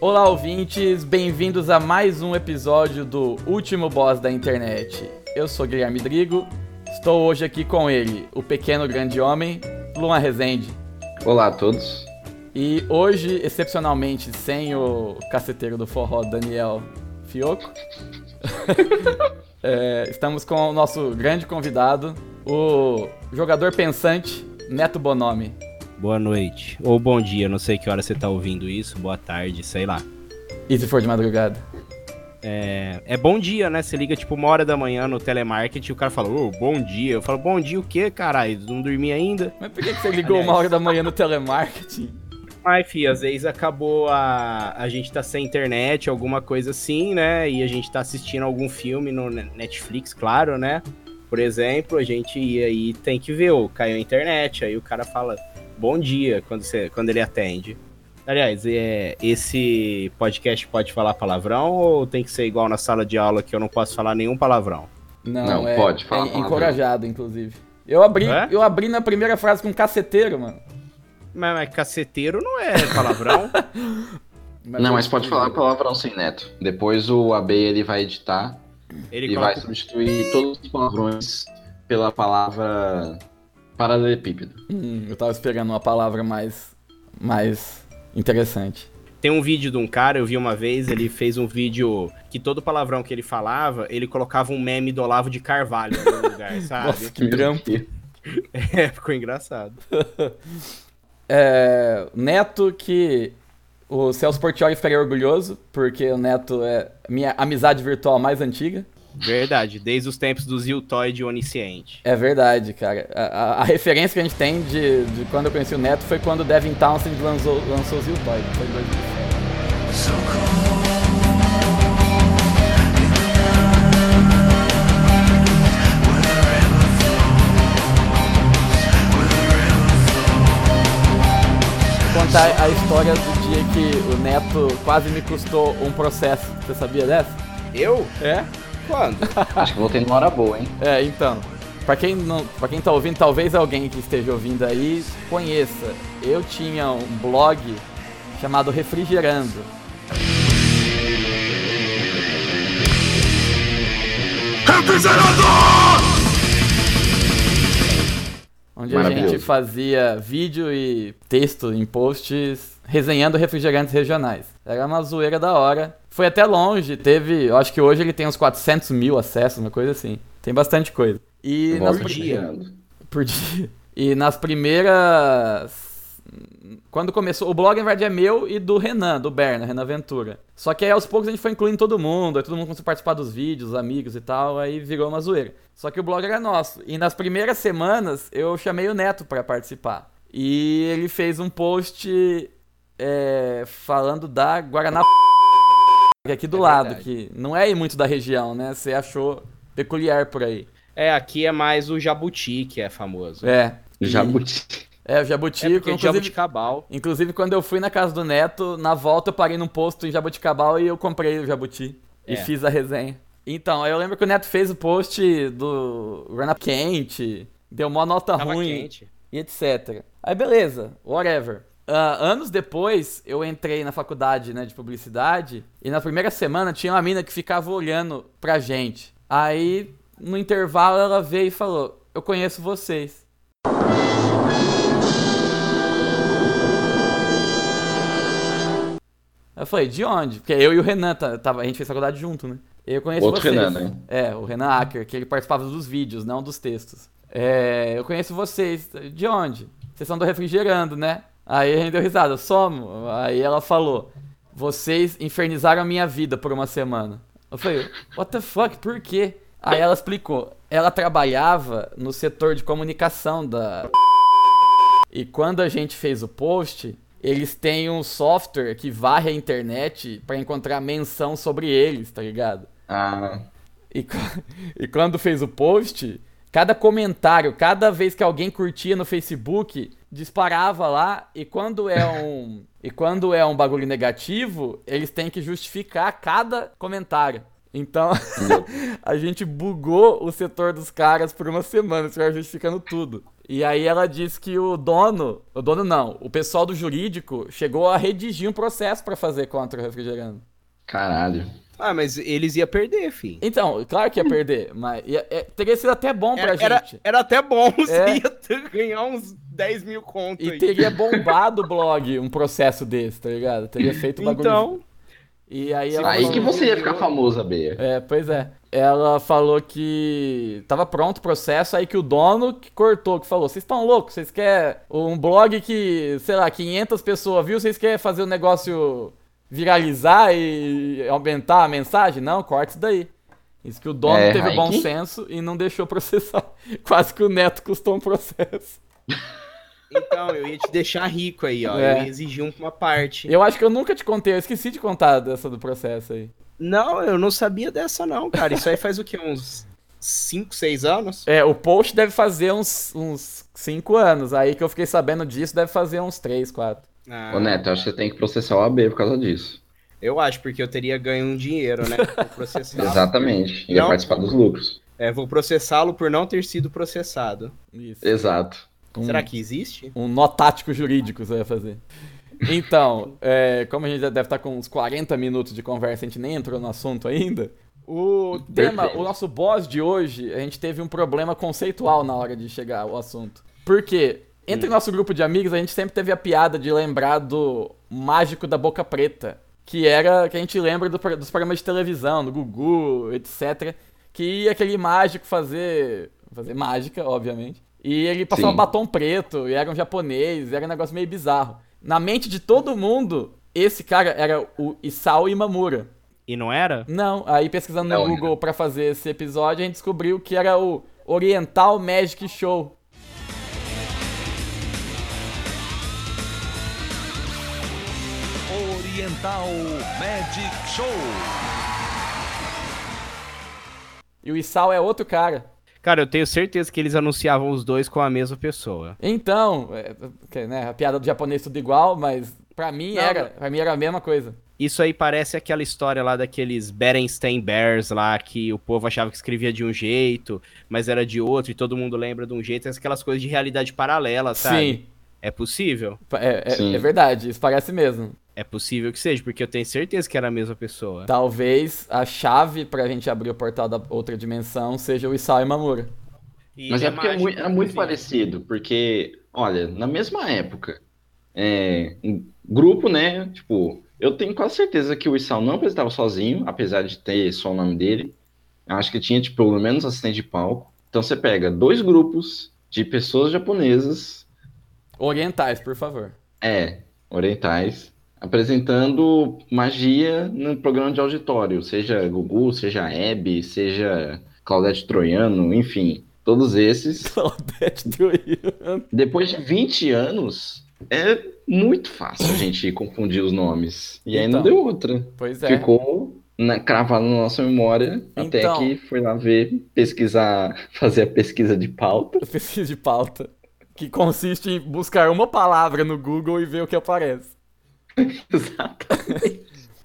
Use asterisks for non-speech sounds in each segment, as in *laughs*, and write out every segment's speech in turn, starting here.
Olá, ouvintes, bem-vindos a mais um episódio do Último Boss da Internet. Eu sou Guilherme Drigo, estou hoje aqui com ele, o pequeno grande homem, Luan Rezende. Olá a todos. E hoje, excepcionalmente, sem o caceteiro do forró Daniel Fioco, *laughs* é, estamos com o nosso grande convidado, o jogador pensante Neto Bonomi. Boa noite. Ou bom dia, não sei que hora você tá ouvindo isso. Boa tarde, sei lá. E se for de madrugada? É, é bom dia, né? Você liga tipo uma hora da manhã no telemarketing e o cara fala, ô, bom dia. Eu falo, bom dia o quê, caralho? Não dormi ainda? Mas por que, que você ligou uma hora da manhã no telemarketing? Mas, fi, às vezes acabou a. A gente tá sem internet, alguma coisa assim, né? E a gente tá assistindo algum filme no Ne- Netflix, claro, né? Por exemplo, a gente ia aí tem que ver, ô, caiu a internet, aí o cara fala bom dia quando, você, quando ele atende. Aliás, é, esse podcast pode falar palavrão ou tem que ser igual na sala de aula que eu não posso falar nenhum palavrão? Não, Não, é, pode falar é palavrão. encorajado, inclusive. Eu abri, É? eu abri na primeira frase com caceteiro, mano. Mas, mas caceteiro não é *laughs* palavrão. não, eu- hum, mas pode falar palavrão sem neto. Depois o AB ele vai editar Ele e vai coloca- substituir todos os palavrões pela palavra paralelepípedo. Hum, eu tava esperando uma palavra mais, mais interessante. Tem um vídeo de um cara, eu vi uma vez, ele fez um vídeo que todo palavrão que ele falava, ele colocava um meme do Olavo de Carvalho no *laughs* lugar, Nossa, sabe? que trampo. É, ficou engraçado. É, Neto que o Celso Portioli ficaria orgulhoso, porque o Neto é minha amizade virtual mais antiga. Verdade, desde os tempos do Ziltoid onisciente. É verdade, cara. A, a- a referência que a gente tem de, de quando eu conheci o Neto foi quando o Devin Townsend lançou, lançou o Ziltoid. Foi em 2000. Contar a história do dia que o Neto quase me custou um processo. Você sabia dessa? Eu? É? Quando? *laughs* Acho que voltei numa hora boa, hein? É, então. Pra quem, não, pra quem tá ouvindo, talvez alguém que esteja ouvindo aí conheça. Eu tinha um blog chamado Refrigerando. Onde a Maravilhoso. gente fazia vídeo e texto em posts resenhando refrigerantes regionais. Era uma zoeira da hora. Foi até longe, teve. eu Acho que hoje ele tem uns 400 mil acessos, uma coisa assim. Tem bastante coisa. E Volta nas pri- girando. por dia. *laughs* E nas primeiras. Quando começou. O blog, na verdade, é meu e do Renan, do Berna, Renan Ventura. Só que aí aos poucos a gente foi incluindo todo mundo, aí todo mundo começou a participar dos vídeos, amigos e tal, aí virou uma zoeira. Só que o blog era nosso. E nas primeiras semanas eu chamei o Neto pra participar. E ele fez um post é, falando da Guaraná que é aqui do É lado, verdade. que não é aí muito da região, né? Você achou peculiar por aí. *laughs* É, aqui é mais o Jabuti que é famoso. É. Jabuti. É, o Jabuti, É porque inclusive, Jabuticabal. Inclusive, quando eu fui na casa do Neto, na volta eu parei num posto em Jabuticabal e eu comprei o Jabuti. E É. fiz a resenha. Então, aí eu lembro que o Neto fez o post do Rana Quente, deu uma nota Tava ruim quente. e etc. Aí beleza, whatever. Ah, anos depois, eu entrei na faculdade né, de publicidade e na primeira semana tinha uma mina que ficava olhando pra gente. Aí, no intervalo, ela veio e falou: Eu conheço vocês. Eu falei, de onde? Porque eu e o Renan, tá- tava, a gente fez faculdade junto, né? Eu conheço Outro vocês. Renan, né? É, o Renan Acker, que ele participava dos vídeos, não dos textos. É, eu conheço vocês. De onde? Vocês são do Refrigerando, né? Aí a gente deu risada, somo. Aí ela falou, vocês infernizaram a minha vida por uma semana. Eu falei, what the fuck, por quê? Aí ela explicou, ela trabalhava no setor de comunicação da e quando a gente fez o post, eles têm um software que varre a internet pra encontrar menção sobre eles, tá ligado? Ah, E, qu- *laughs* e quando fez o post, cada comentário, cada vez que alguém curtia no Facebook, disparava lá. E quando é um. e quando é um bagulho negativo, eles têm que justificar cada comentário. Então, *laughs* a gente bugou o setor dos caras por uma semana, esse cara justificando tudo. E aí ela disse que o dono, o dono não, o pessoal do jurídico chegou a redigir um processo pra fazer contra o refrigerante. caralho. Ah, mas eles iam perder, fi. Então, claro que ia *laughs* perder, mas ia- é- teria sido até bom É, pra Era, era, gente. era até bom você *laughs* É. ia ter- ganhar uns 10 mil contos *laughs* E teria bombado o blog um processo desse, tá ligado? Teria feito o bagulho. Então, um e aí, ela Aí falou- que você ia ficar famoso, Abeia. É, pois é. Ela falou que tava pronto o processo, aí que o dono que cortou, que falou: vocês estão loucos, vocês querem um blog que, sei lá, 500 pessoas viu, vocês querem fazer o negócio viralizar e aumentar a mensagem? Não, corta isso daí. Isso que o dono É, teve aí bom que- senso e não deixou *laughs* processar. Quase que o neto custou um processo. então, eu ia te deixar rico aí, ó. É. Eu ia exigir um uma parte. Eu acho que eu nunca te contei, eu esqueci de contar dessa do processo aí. Não, eu não sabia dessa, não, cara. Isso aí faz o quê? Uns 5, 6 anos? É, o post deve fazer uns 5 anos. Aí que eu fiquei sabendo disso, deve fazer uns 3, 4. Ah, Ô, Neto, eu acho que você tem que processar o AB por causa disso. Eu acho, porque eu teria ganho um dinheiro, né? Vou processá-lo. Exatamente. Ia Não. participar dos lucros. É, vou processá-lo por não ter sido processado. Isso. Exato. Um, Será que existe? um nó tático jurídico você vai fazer. Então, é, como a gente já deve estar com uns 40 minutos de conversa, a gente nem entrou no assunto ainda. O tema, Perfeito. o nosso boss de hoje, a gente teve um problema conceitual na hora de chegar ao assunto. Por quê? Entre Hum. o nosso grupo de amigos, a gente sempre teve a piada de lembrar do mágico da boca preta, que era que a gente lembra do pro- dos programas de televisão, do Gugu, etc. Que ia aquele mágico fazer. fazer mágica, obviamente. E ele passava Sim. batom preto, e era um japonês, era um negócio meio bizarro. Na mente de todo mundo, esse cara era o Isao Imamura. E não era? Não, aí pesquisando Não, no Google pra fazer esse episódio, a gente descobriu que era o Oriental Magic Show. Oriental Magic Show. E o Isao é outro cara. Cara, eu tenho certeza que eles anunciavam os dois com a mesma pessoa. Então, é, que, né, a piada do japonês tudo igual, mas pra mim Não, era, não. pra mim era a mesma coisa. Isso aí parece aquela história lá daqueles Berenstein Bears lá, que o povo achava que escrevia de um jeito, mas era de outro, e todo mundo lembra de um jeito. Aquelas coisas de realidade paralela, sabe? Sim, É possível? pa- é, é- Sim. é verdade, isso parece mesmo. É possível que seja, porque eu tenho certeza que era a mesma pessoa. Tá. Talvez a chave pra gente abrir o portal da outra dimensão seja o Isao Imamura. E Mas é porque é mágico, muito, era muito inclusive. parecido, porque, olha, na mesma época, é, um grupo, né? Tipo, eu tenho quase certeza que o Issal não apresentava sozinho, apesar de ter só o nome dele. Acho que tinha, tipo, pelo menos assistente de palco. Então você pega dois grupos de pessoas japonesas, Orientais, por *laughs* favor. é, orientais, apresentando magia no programa de auditório, seja Gugu, seja Hebe, seja Claudete Troiano, enfim, todos esses. Claudete Troiano. Depois de 20 anos, é muito fácil a gente confundir os nomes. E aí Então. não deu outra. Pois é. Ficou na, cravado na nossa memória até Então. que foi lá ver, pesquisar, *laughs* fazer a pesquisa de pauta. pesquisa de pauta. Que consiste em buscar uma palavra no Google e ver o que *laughs* aparece. Exato.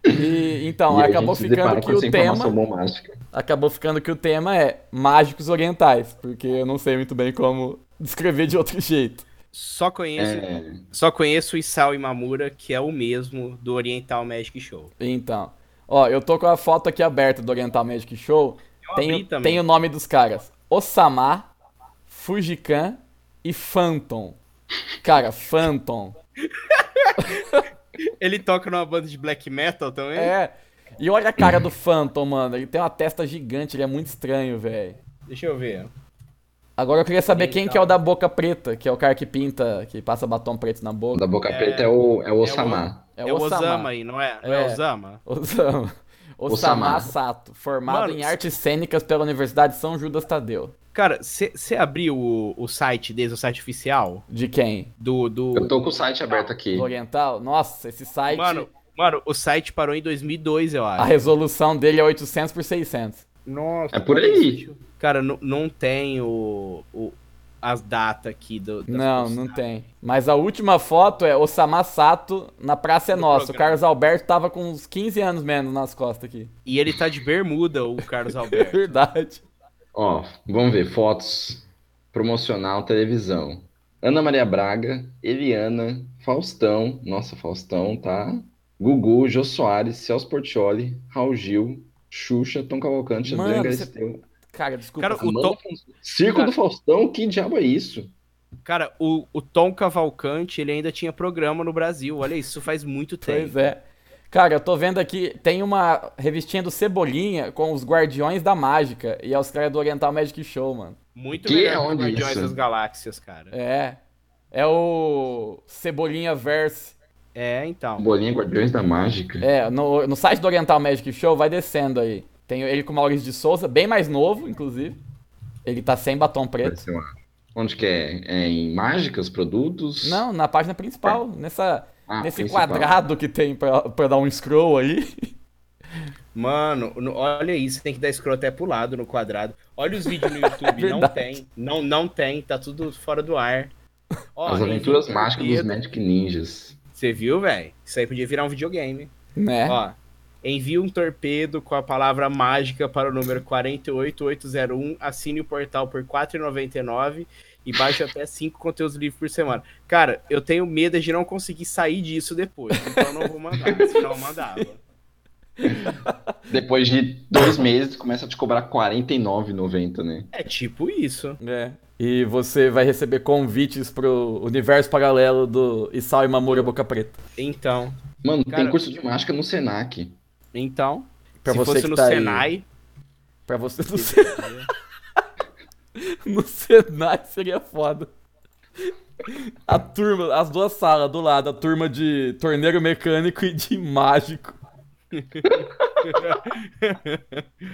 E, então, e aí acabou a gente se ficando depara que com essa o tema. informação bombástica. Acabou ficando que o tema é mágicos orientais, porque eu não sei muito bem como descrever de outro *laughs* jeito. Só conheço, É, só conheço o Isao Imamura, que é o mesmo do Oriental Magic Show. Então, ó, eu tô com a foto aqui aberta do Oriental Magic Show. Eu Tem, abri o- também. tem o nome dos caras: Osama, Fujikan e Phantom. Cara, Phantom. Ele toca numa banda de black metal também? É. E olha a cara do Phantom, mano. Ele tem uma testa gigante, ele é muito estranho, velho. Deixa eu ver. Agora eu queria saber quem Então. que é o da boca preta, que é o cara que pinta, que passa batom preto na o boca. da Boca Preta é o, é o Osama. É, o Osama. aí, não é? Não é, É. o Osama? Osama. Osama Osama. Sato, formado Mano, em artes cênicas pela Universidade São Judas Tadeu. Cara, você abriu o, o site deles, o site oficial? De quem? Do. do... Eu tô com o site aberto aqui. Do Oriental? Nossa, esse site Ah, Mano, Mano, o site parou em 2002, eu A acho. resolução dele é 800 por 600. Nossa. É por olha aí. isso, tio. Cara, não, não tem o, o- as datas aqui do. das Não, postagens. não tem. Mas a última foto é Osama Sato na Praça é Nossa. O programa. Carlos Alberto tava com uns 15 anos menos nas costas aqui. E ele tá de bermuda, o Carlos É Alberto. *laughs* verdade. Ó, vamos ver, fotos, promocional, televisão. Ana Maria Braga, Eliana, Faustão, nossa, Faustão, tá? Gugu, Jô Soares, Celso Portiolli, Raul Gil, Xuxa, Tom Cavalcante, Mano, Adriana você- Galisteu. Cara, desculpa. Cara, o Amanda Tom- Fonseca. Circo Cara. do Faustão, que diabo é isso? Cara, o, o Tom Cavalcante, ele ainda tinha programa no Brasil. Olha isso, faz muito tempo. Pois é. Cara, eu tô vendo aqui, tem uma revistinha do Cebolinha com os Guardiões da Mágica e é os caras do Oriental Magic Show, mano. Muito Que é melhor onde Guardiões isso? das Galáxias, cara. É. É o Cebolinha Verse. É, então. Bolinha Guardiões da Mágica. É, no, no site do Oriental Magic Show vai descendo aí. Tem ele com o Maurício de Souza, bem mais novo, inclusive. Ele tá sem batom preto. Sei lá. Onde que é? É em mágicas, produtos? Não, na página principal, É. nessa, Ah, nesse principal. quadrado que tem pra, pra dar um scroll aí. *laughs* Mano, no- olha isso, tem que dar scroll até pro lado no quadrado. Olha os vídeos no YouTube, não verdade. tem. Não, não tem, tá tudo fora do ar. Ó, As nem Aventuras vi- Mágicas dos Magic Ninjas. Você viu, velho? Isso aí podia virar um videogame. Né? Ó, envie um torpedo com a palavra mágica para o número 48801, assine o portal por R$ 4,99 e baixe até 5 conteúdos livres por semana. Cara, eu tenho medo de não conseguir sair disso depois, então eu não vou mandar, senão eu mandava. Depois de dois meses, começa a te cobrar R$ 49,90, né? É tipo isso. É. E você vai receber convites pro universo paralelo do Isao Imamura Boca Preta. Então, Mano, Cara- tem curso de mágica no Senac. então, Pra se você fosse que no tá aí. Senai, Pra você no, *laughs* Sen- no Senai seria foda. A turma, as duas salas do lado, a turma de torneiro mecânico e de mágico. *laughs*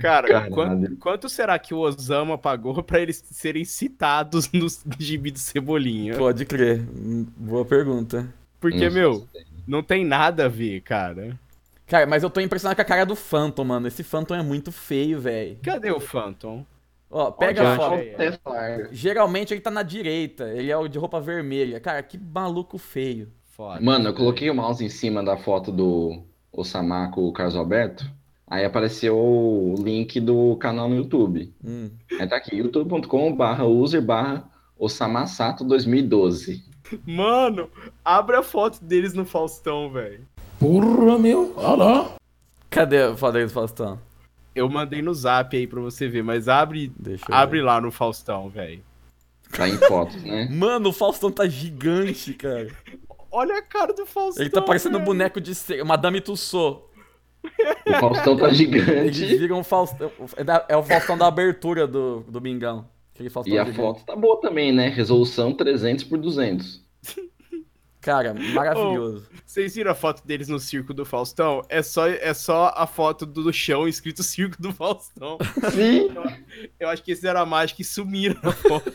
cara, Caralho. quanto, quanto será que o Osama pagou pra eles serem citados *laughs* no gibi do Cebolinha? Pode crer. Hum, Boa pergunta. Porque, Nossa, meu, não tem nada a ver, cara. Cara, mas eu tô impressionado com a cara do Phantom, mano. Esse Phantom é muito feio, velho. Cadê o Phantom? Ó, pega a Onde foto. acha? É Geralmente ele tá na direita, ele é o de roupa vermelha. Cara, que maluco feio. Foda. Mano, eu coloquei o mouse em cima da foto do Osama com o Carlos Alberto. Aí apareceu o link do canal no YouTube. Hum. Aí tá aqui, youtube.com barra user barra Osama Sato 2012. Mano, abre a foto deles no Faustão, velho. Porra, meu. Olha lá. Cadê a foto dele do Faustão? Eu mandei no zap aí pra você ver, mas abre, Deixa eu abre lá no Faustão, velho. Tá em fotos, ver. né? Mano, o Faustão tá gigante, cara. Olha a cara do Faustão. né? Ele tá parecendo um velho. boneco de cera, Madame Tussauds. O Faustão tá Eles gigante. viram o Faustão. é da- É o Faustão da abertura do, do Mingão. Aquele Faustão E a gigante. foto tá boa também, né? Resolução 300 por 200. Cara, maravilhoso. Vocês viram a foto deles no circo do Faustão? É só, é só a foto do chão escrito *laughs* circo do Faustão. Sim. Eu acho que eles eram a mágica e sumiram a foto.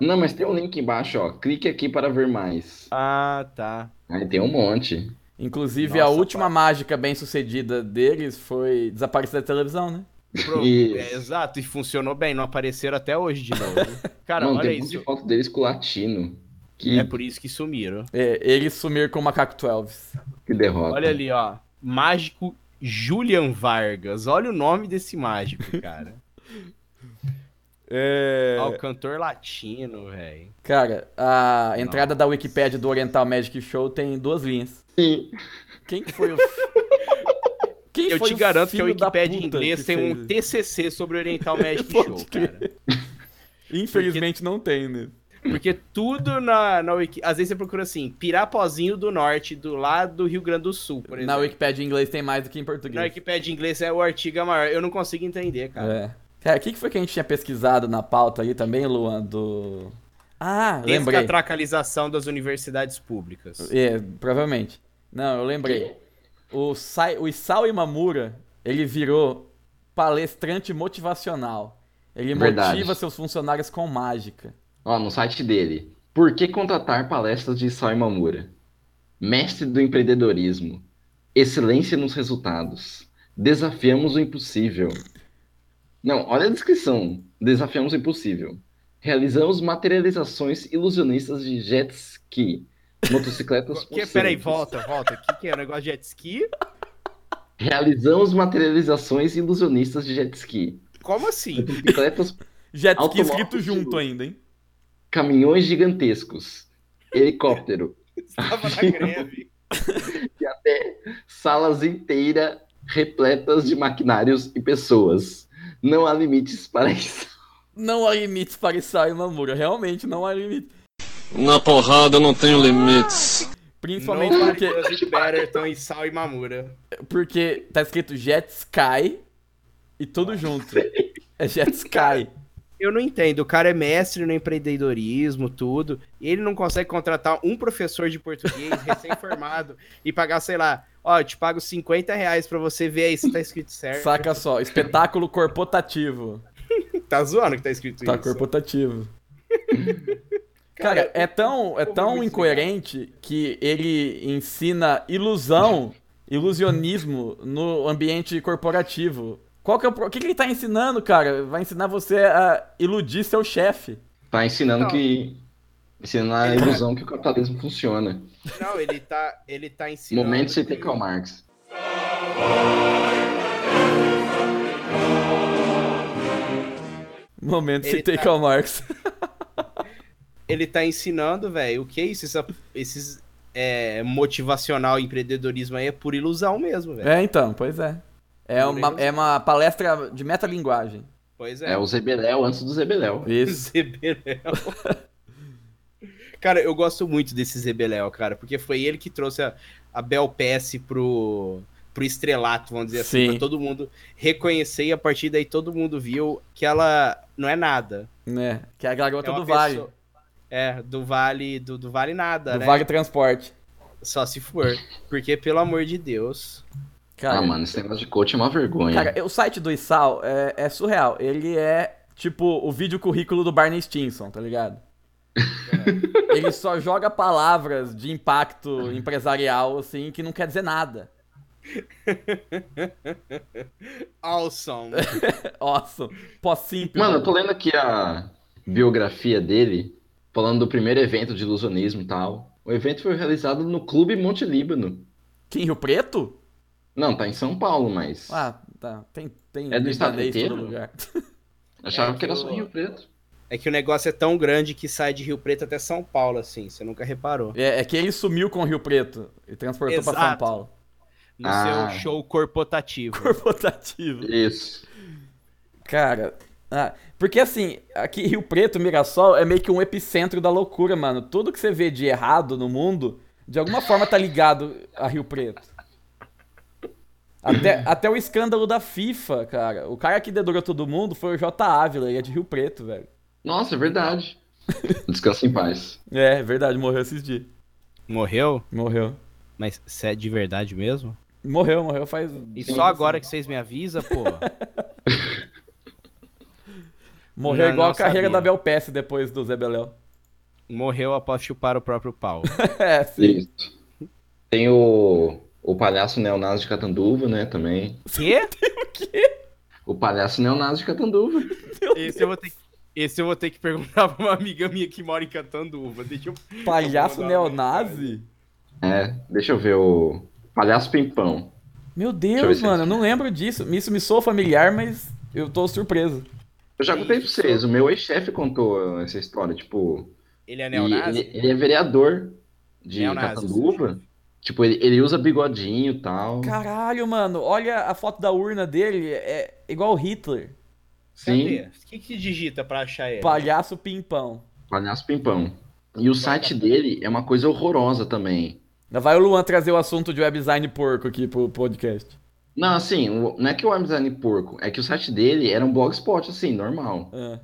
Não, mas tem um link embaixo, ó. Clique aqui para ver mais. *laughs* ah, tá. Aí tem um monte. Inclusive, a Nossa, última mágica bem sucedida deles foi desaparecer da televisão, né? Pro- Isso. é, exato, e funcionou bem, não apareceram até hoje de novo. né? Cara, Mano, olha tem um monte de isso. foto deles com o latino. Que, É por isso que sumiram. É, eles sumiram com o Macaco 12. que derrota. Olha ali, ó. Mágico Julian Vargas. Olha o nome desse mágico, cara. É. Ó, o cantor latino, velho. Cara, a entrada da Wikipédia do Oriental Magic Show tem duas linhas. Sim. Quem que foi o. fi- *laughs* Quem Eu foi te o garanto que a filho da Wikipédia em puta inglês que tem um fez isso? TCC sobre *laughs* Oriental Magic Pode Show, crer. cara. Infelizmente não tem, né? Porque tudo na, na Wiki... Às vezes você procura assim, Pirapozinho do Norte, do lado do Rio Grande do Sul, por Na exemplo. Wikipédia em inglês tem mais do que em Na português. Wikipédia em inglês é o artigo maior. Eu não consigo entender, cara. É. Cara, o que, que foi que a gente tinha pesquisado na pauta aí também, Luan? Do. Ah, lembrei. Descatracalização das universidades públicas. É, provavelmente. Não, eu lembrei. O, Sai, o Isao Imamura, ele virou palestrante motivacional. Ele Verdade. motiva seus funcionários com mágica. Ó, no site dele. Por que contratar palestras de Isao Imamura? mestre do empreendedorismo, excelência nos resultados, desafiamos o impossível. Não, olha a descrição. Desafiamos o impossível. Realizamos materializações ilusionistas de jet ski, motocicletas *laughs* Que, pulsantes. peraí, volta, volta. O que, que é? O negócio de jet ski? Realizamos materializações ilusionistas de jet ski, Como *laughs* assim? bicicletas Jet ski Automóvel. escrito junto ainda, hein? caminhões gigantescos, helicóptero Estava na greve. e até salas inteiras repletas de maquinários e pessoas. Não há limites para isso. Não há limites para Isao e Mamura. Realmente não há limites. Na porrada eu não tenho limites. Principalmente Nobody porque, does it better, Tom e Sal e Mamura. porque tá escrito Jet Sky e tudo junto. É Jet Sky. Eu não entendo. O cara é mestre no empreendedorismo, tudo. E ele não consegue contratar um professor de português recém-formado e pagar, sei lá, ó, eu te pago 50 reais pra você ver aí se tá escrito certo. Saca só, espetáculo corpotativo. Tá zoando que tá escrito Tá isso. *laughs* corpotativo. Cara, é tão, é eu vou tão me incoerente que ele ensina ilusão, ilusionismo no ambiente corporativo. Qual que é o, pro- o que, que ele tá ensinando, cara? Vai ensinar você a iludir seu chefe. Tá ensinando Não. que. Ensinando a ilusão que o capitalismo funciona. Não, ele tá, ele tá ensinando. Momento que- CT Karl Marx. Momento, Ele citei tá- Karl Marx. ele tá ensinando, velho, o que é isso? Essa- esses é, motivacional empreendedorismo aí é por ilusão mesmo, velho. É, então, pois é. É Por uma, ilusão. é uma palestra de metalinguagem. *laughs* Pois é. É o Zebeléu antes do Zebeléu. Isso. Zebeléu. *laughs* cara, eu gosto muito desse Zebeléu, cara, porque foi ele que trouxe a, a Bel Pass pro, pro estrelato, vamos dizer assim, Sim. pra todo mundo reconhecer e a partir daí todo mundo viu que ela não é nada. Né? Que é a garota é uma do Vale. pessoa- É, do Vale, do, do Vale nada, Do né? Vale Transporte. Só se for. Porque, pelo amor de Deus. Cara, ah, mano, esse negócio de coach é uma vergonha. Cara, o site do Isal é, é surreal. Ele é tipo o vídeo currículo do Barney Stinson, tá ligado? É. Ele só joga palavras de impacto empresarial, assim, que não quer dizer nada. Awesome. Awesome. Pó simples. Mano, eu tô lendo aqui a biografia dele, falando do primeiro evento de ilusionismo e tal. O evento foi realizado no Clube Monte Líbano. Quem, Rio Preto? Não, tá em São Paulo, mas. Ah, tá. Tem, tem É do estado libanês em inteiro? todo lugar. achava é que era que só o- Rio Preto. É que o negócio é tão grande que sai de Rio Preto até São Paulo, assim. Você nunca reparou. É, é que ele sumiu com o Rio Preto e transportou pra São Exato. Paulo. *laughs* No Ah. seu show corporativo. Corporativo. Isso. Cara, ah, porque assim, aqui Rio Preto, Mirassol, é meio que um epicentro da loucura, mano. Tudo que você vê de errado no mundo, de alguma forma tá ligado a Rio Preto. Até, até o escândalo da FIFA, cara. O cara que dedurou todo mundo foi o J. Ávila, ele é de Rio Preto, velho. Nossa, *laughs* é verdade. Descansa em paz. É, verdade, morreu esses dias. Morreu? Morreu. Mas você é de verdade mesmo? Morreu, morreu faz. E só agora que vocês me avisam, pô. Morreu Não, igual não a carreira sabia. da Bel Pesce depois do Zé Beléu. Morreu após chupar o próprio pau. *laughs* É, sim. Isso. Tem o. O palhaço neonazi de Catanduva, né? Também. Quê? O palhaço neonazi de Catanduva. Esse eu vou ter que. Esse eu vou ter que perguntar pra uma amiga minha que mora em Catanduva. Deixa eu. Palhaço Eu vou mandar uma neonazi? É, deixa eu ver o. Palhaço Pimpão. Meu eu ver Deus, se mano, eu não lembro disso. Isso me sou familiar, mas eu tô surpreso. Eu já contei pra vocês, o meu ex-chefe contou essa história, tipo. Ele é e neonazi? ele, ele é vereador de Neonazi. Catanduva. Tipo, ele, ele usa bigodinho e tal. Caralho, mano, olha a foto da urna dele, é igual o Hitler. Sim, Cadê? O que que digita pra achar ele? Palhaço pimpão. palhaço pimpão. E o site dele é uma coisa horrorosa também. Ainda vai o Luan trazer o assunto de webdesign porco aqui pro podcast. Não, assim, o- não é que o Amizane porco, é que o site dele era um blogspot, assim, normal. Ah.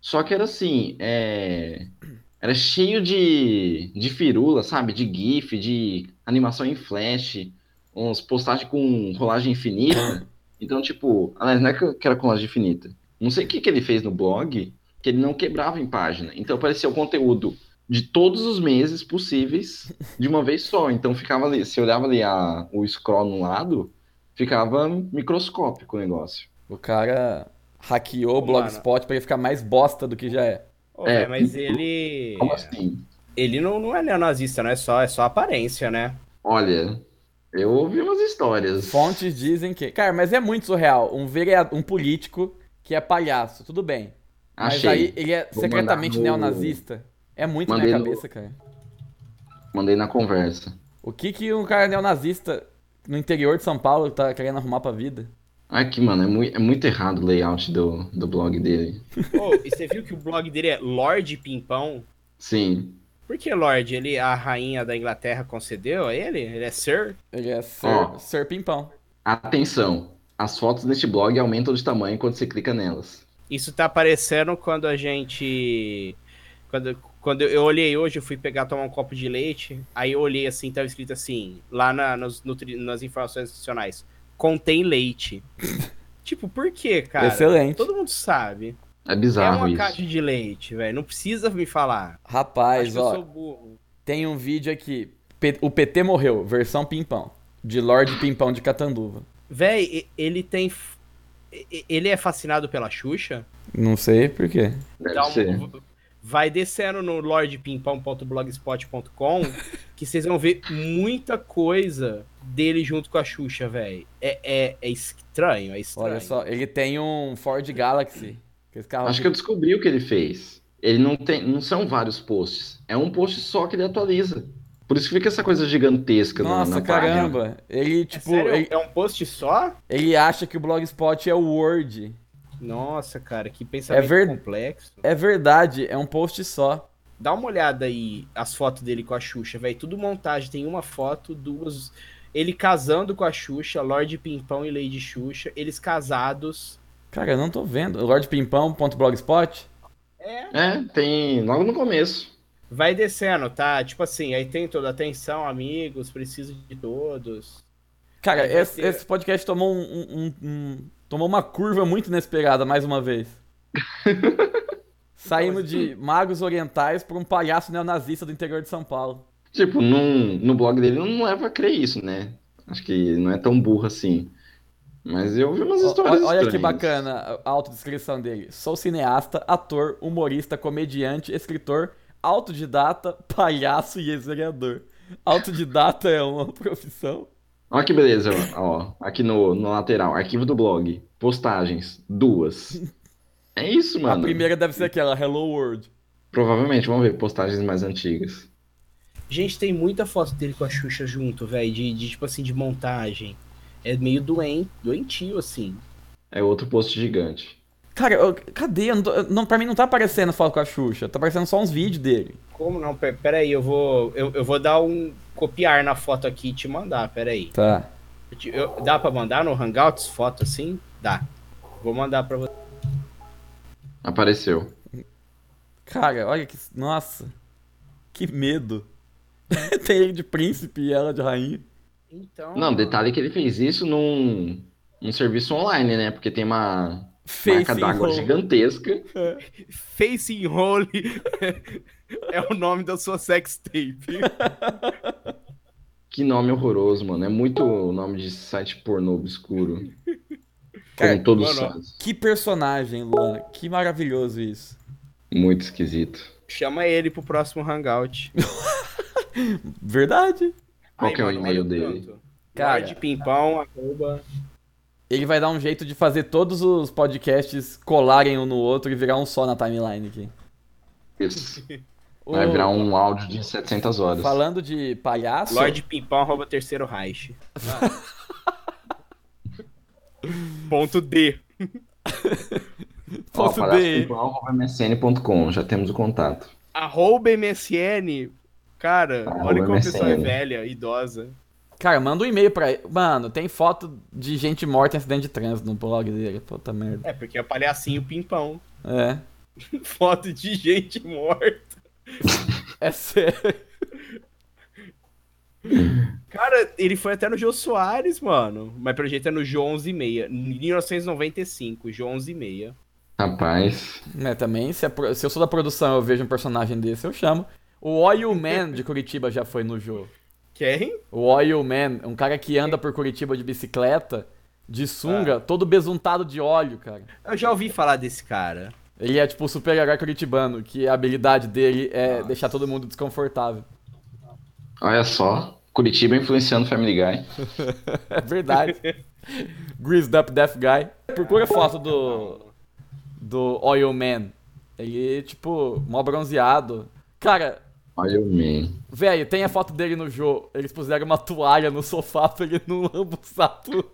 Só que era assim, é... era cheio de, de firula, sabe? De GIF, de animação em flash, uns postagens com rolagem infinita. Então, tipo, aliás, não é que eu- que era com rolagem infinita. Não sei o que, que ele fez no blog, que ele não quebrava em página. Então aparecia o conteúdo de todos os meses possíveis de uma vez só. Então ficava ali, se olhava ali a, o scroll no lado, ficava microscópico o negócio. O cara hackeou o Mano. Blogspot pra ele ficar mais bosta do que já é. Ô, É, velho, mas ele. Como assim? Ele não, não é neonazista, não é só, é só aparência, né? Olha, eu ouvi umas histórias. Fontes dizem que. Cara, mas é muito surreal. Um, vereador, um político que é palhaço, tudo bem. Mas Achei. aí ele é Vou secretamente mandar no- neonazista. É muito Mandei na no- minha cabeça, cara. Mandei na conversa. O que que um cara neonazista no interior de São Paulo tá querendo arrumar pra vida? Aqui, mano, é muito, é muito errado o layout do, do blog dele. Ô, e você viu que o blog dele é Lorde Pimpão? Sim. Por que Lorde? Ele, a rainha da Inglaterra concedeu a ele? Ele é Sir? Ele é Sir, Ó. Sir Pimpão. Atenção! As fotos neste blog aumentam de tamanho quando você clica nelas. Isso tá aparecendo quando a gente. Quando, quando eu olhei hoje, eu fui pegar tomar um copo de leite. Aí eu olhei assim, tava escrito assim, lá na- nos, nutri- nas informações adicionais: contém *laughs* leite. tipo, por quê, cara? Excelente. Todo mundo sabe. É é bizarro uma isso. caixa de leite, velho. Não precisa me falar. Rapaz, Acho que eu ó, sou burro. tem um vídeo aqui. P- o PT morreu, versão Pimpão. De Lorde Pimpão de Catanduva. Véi, e- ele tem. f- e- e- Ele é fascinado pela Xuxa? Não sei por quê. Deve Dá um- ser. Vai descendo no *laughs* lordpimpão.blogspot.com que vocês vão ver muita coisa dele junto com a Xuxa, velho. É, é, é estranho, é estranho. Olha só, ele tem um Ford Galaxy. que esse carro Acho que eu descobri o que ele fez. Ele não tem. Não são vários posts. É um post só que ele atualiza. Por isso que fica essa coisa gigantesca na- Nossa, na página. caramba. Ele, É, tipo, sério? ele, é um post só? ele acha que o Blogspot é o Word. Nossa, cara, que pensamento É ver- complexo. É verdade, é um post só. Dá uma olhada aí as fotos dele com a Xuxa, velho. Tudo montagem, tem uma foto, duas. Ele casando com a Xuxa, Lorde Pimpão e Lady Xuxa, eles casados. Cara, eu não tô vendo. Lordpimpão.blogspot? É, tem. Logo no começo. Vai descendo, tá? Tipo assim, aí tem toda atenção, amigos, preciso de todos. Cara, Aí vai esse, ter- esse podcast tomou um, um- um- um- Tomou uma curva muito inesperada, mais uma vez. Saindo de magos orientais pra um palhaço neonazista do interior de São Paulo. Tipo, num, no blog dele não leva a crer isso, né? Acho que não é tão burro assim. Mas eu vi umas Ó, histórias. ó- Olha que estranhas. bacana a autodescrição dele. Sou cineasta, ator, humorista, comediante, escritor, autodidata, palhaço e ex-vereador. Autodidata é uma profissão. Olha que beleza, ó. Aqui no, no lateral, arquivo do blog. Postagens. *laughs* Duas. É isso, A mano. primeira deve ser aquela, Hello World. Provavelmente, vamos ver postagens mais antigas. Gente, tem muita foto dele com a Xuxa junto, velho, de, de, tipo assim, de montagem. É meio doente, doentio, assim. É outro post gigante. Cara, eu- cadê? Eu não tô- eu- não, pra mim não tá aparecendo foto com a Xuxa, tá aparecendo só uns vídeos dele. Como não? Pe- Peraí, eu vou. Eu, eu vou dar um. copiar na foto aqui e te mandar, peraí. Tá. Eu te- eu- dá pra mandar no Hangouts foto assim? Dá. Vou mandar pra você. Apareceu. Cara, olha que. Nossa. Que medo. *laughs* Tem ele de príncipe e ela de rainha. Então. Não, detalhe que ele fez isso num, num serviço online, né? Porque tem uma Face marca d'água enroll. gigantesca. Face Enrole *laughs* é o nome da sua sextape. Que nome horroroso, mano. É muito nome de site pornô obscuro. Cara, Como todos mano, os sites. Que personagem, Luan. Que maravilhoso isso. Muito esquisito. Chama ele pro próximo Hangout. Verdade. Qual tá Aí, que é o mano, e-mail olha dele? tanto. Cara. Lordpimpão, arroba. Ele vai dar um jeito de fazer todos os podcasts colarem um no outro e virar um só na timeline aqui. Isso. Ô, Vai virar um áudio de 700 horas. Falando de palhaço, Lordpimpão, arroba terceiro *laughs* Reich. Ponto D. posso ver. msn.com, já temos o contato. Arroba MSN. Cara, Arroba olha como a pessoa é MSN. velha, idosa. Cara, manda um e-mail pra ele. Mano, tem foto de gente morta em acidente de trânsito no blog dele. Puta merda. É, porque é palhacinho pimpão. *laughs* É. Foto de gente morta. É sério. Cara, ele foi até no Jô Soares, mano. Mas pelo jeito é no Jô 11 e meia. 1995, Jô 11 e meia. Rapaz, Né, também, se, a pro- se eu sou da produção eu vejo um personagem desse, eu chamo. O Oil Man de Curitiba já foi no jogo. Quem? O Oil Man, um cara que anda por Curitiba de bicicleta, de sunga, todo besuntado de óleo, cara. Eu já ouvi falar desse cara. Ele é tipo o super-herói curitibano, que a habilidade dele é deixar todo mundo desconfortável. *laughs* Olha só. Curitiba influenciando Family Guy. É verdade. *laughs* Greased Up Death Guy. Procura foto do. Do Oil Man. Ele, tipo, mó bronzeado. Cara, Olha o man. velho, tem a foto dele no jogo. Eles puseram uma toalha no sofá pra ele não lambuzar tudo.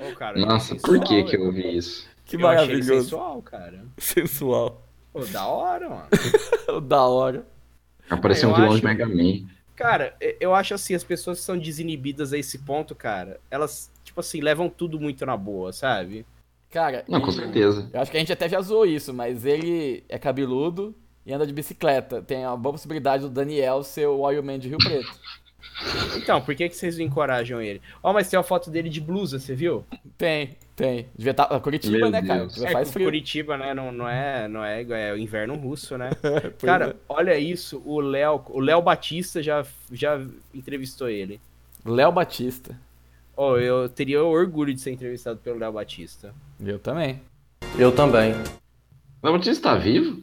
Ô, cara, é Nossa, achei por que sensual, que eu velho. ouvi isso? Que Eu achei ele maravilhoso. sensual, cara. Sensual. Pô, da hora, mano. *laughs* da hora. Apareceu um Eu vilão de acho- Mega Man. Cara, e- eu acho assim, as pessoas que são desinibidas a esse ponto, cara, elas, tipo assim, levam tudo muito na boa, sabe? Cara, Não, com e- certeza. eu acho que a gente até já zoou isso, mas ele é cabeludo e anda de bicicleta. Tem a boa possibilidade do Daniel ser o Oil Man de Rio Preto. *laughs* Então, por que, que vocês não encorajam ele? Ó, mas tem uma foto dele de blusa, você viu? Tem, tem. Devia estar. Curitiba, Meu né, cara? Deus. Curitiba É, faz Cu- frio. Curitiba, né? Não, não é, não é, igual- é o inverno russo, né? *laughs* Pois é. Cara, olha isso, o Léo, o Léo Batista já, já entrevistou ele. é. Léo Batista. Ó, eu teria orgulho de ser entrevistado pelo Léo Batista. Eu também. Eu também. Léo Batista tá vivo?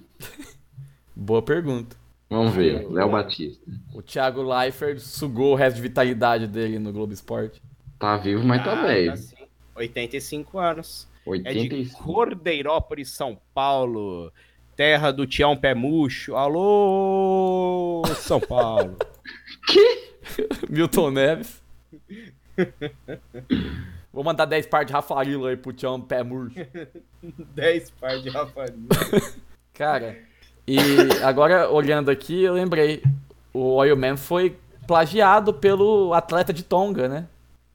Boa pergunta. Vamos ver. Léo Batista. O Thiago Leifert sugou o resto de vitalidade dele no Globo Esporte. Tá vivo, mas tá velho. sim. 85 anos. É Ah, de 85. Cordeirópolis, São Paulo. Terra do Tião Pé Murcho. Alô, São *laughs* Paulo. Milton Neves. Vou mandar 10 par de Rafarilo aí pro Tião Pé Murcho. 10 par de Rafael. Cara, e agora olhando aqui, eu lembrei. O Oil Man foi plagiado pelo atleta de Tonga, né?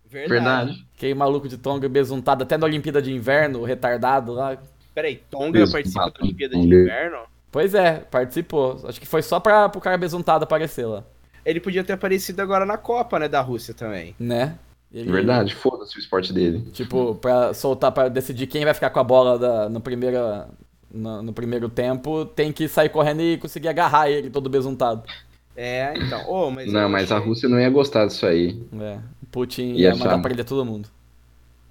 Verdade. Que maluco de Tonga, besuntado até na Olimpíada de Inverno, retardado lá. Peraí, Tonga Isso, participa da exato. Olimpíada de Tonga. Inverno? Pois é, participou. Acho que foi só pra, pro cara besuntado aparecer lá, Ele podia ter aparecido agora na Copa, né, da Rússia também. né? Ele- Verdade. Foda-se o esporte dele. Tipo, pra soltar, pra decidir quem vai ficar com a bola da- no, primeira, no, no primeiro tempo, tem que sair correndo e conseguir agarrar ele todo besuntado. É, então. Ô, mas Não, mas a Rússia não ia gostar disso aí. É, Putin E ia a mandar fama? prender todo mundo.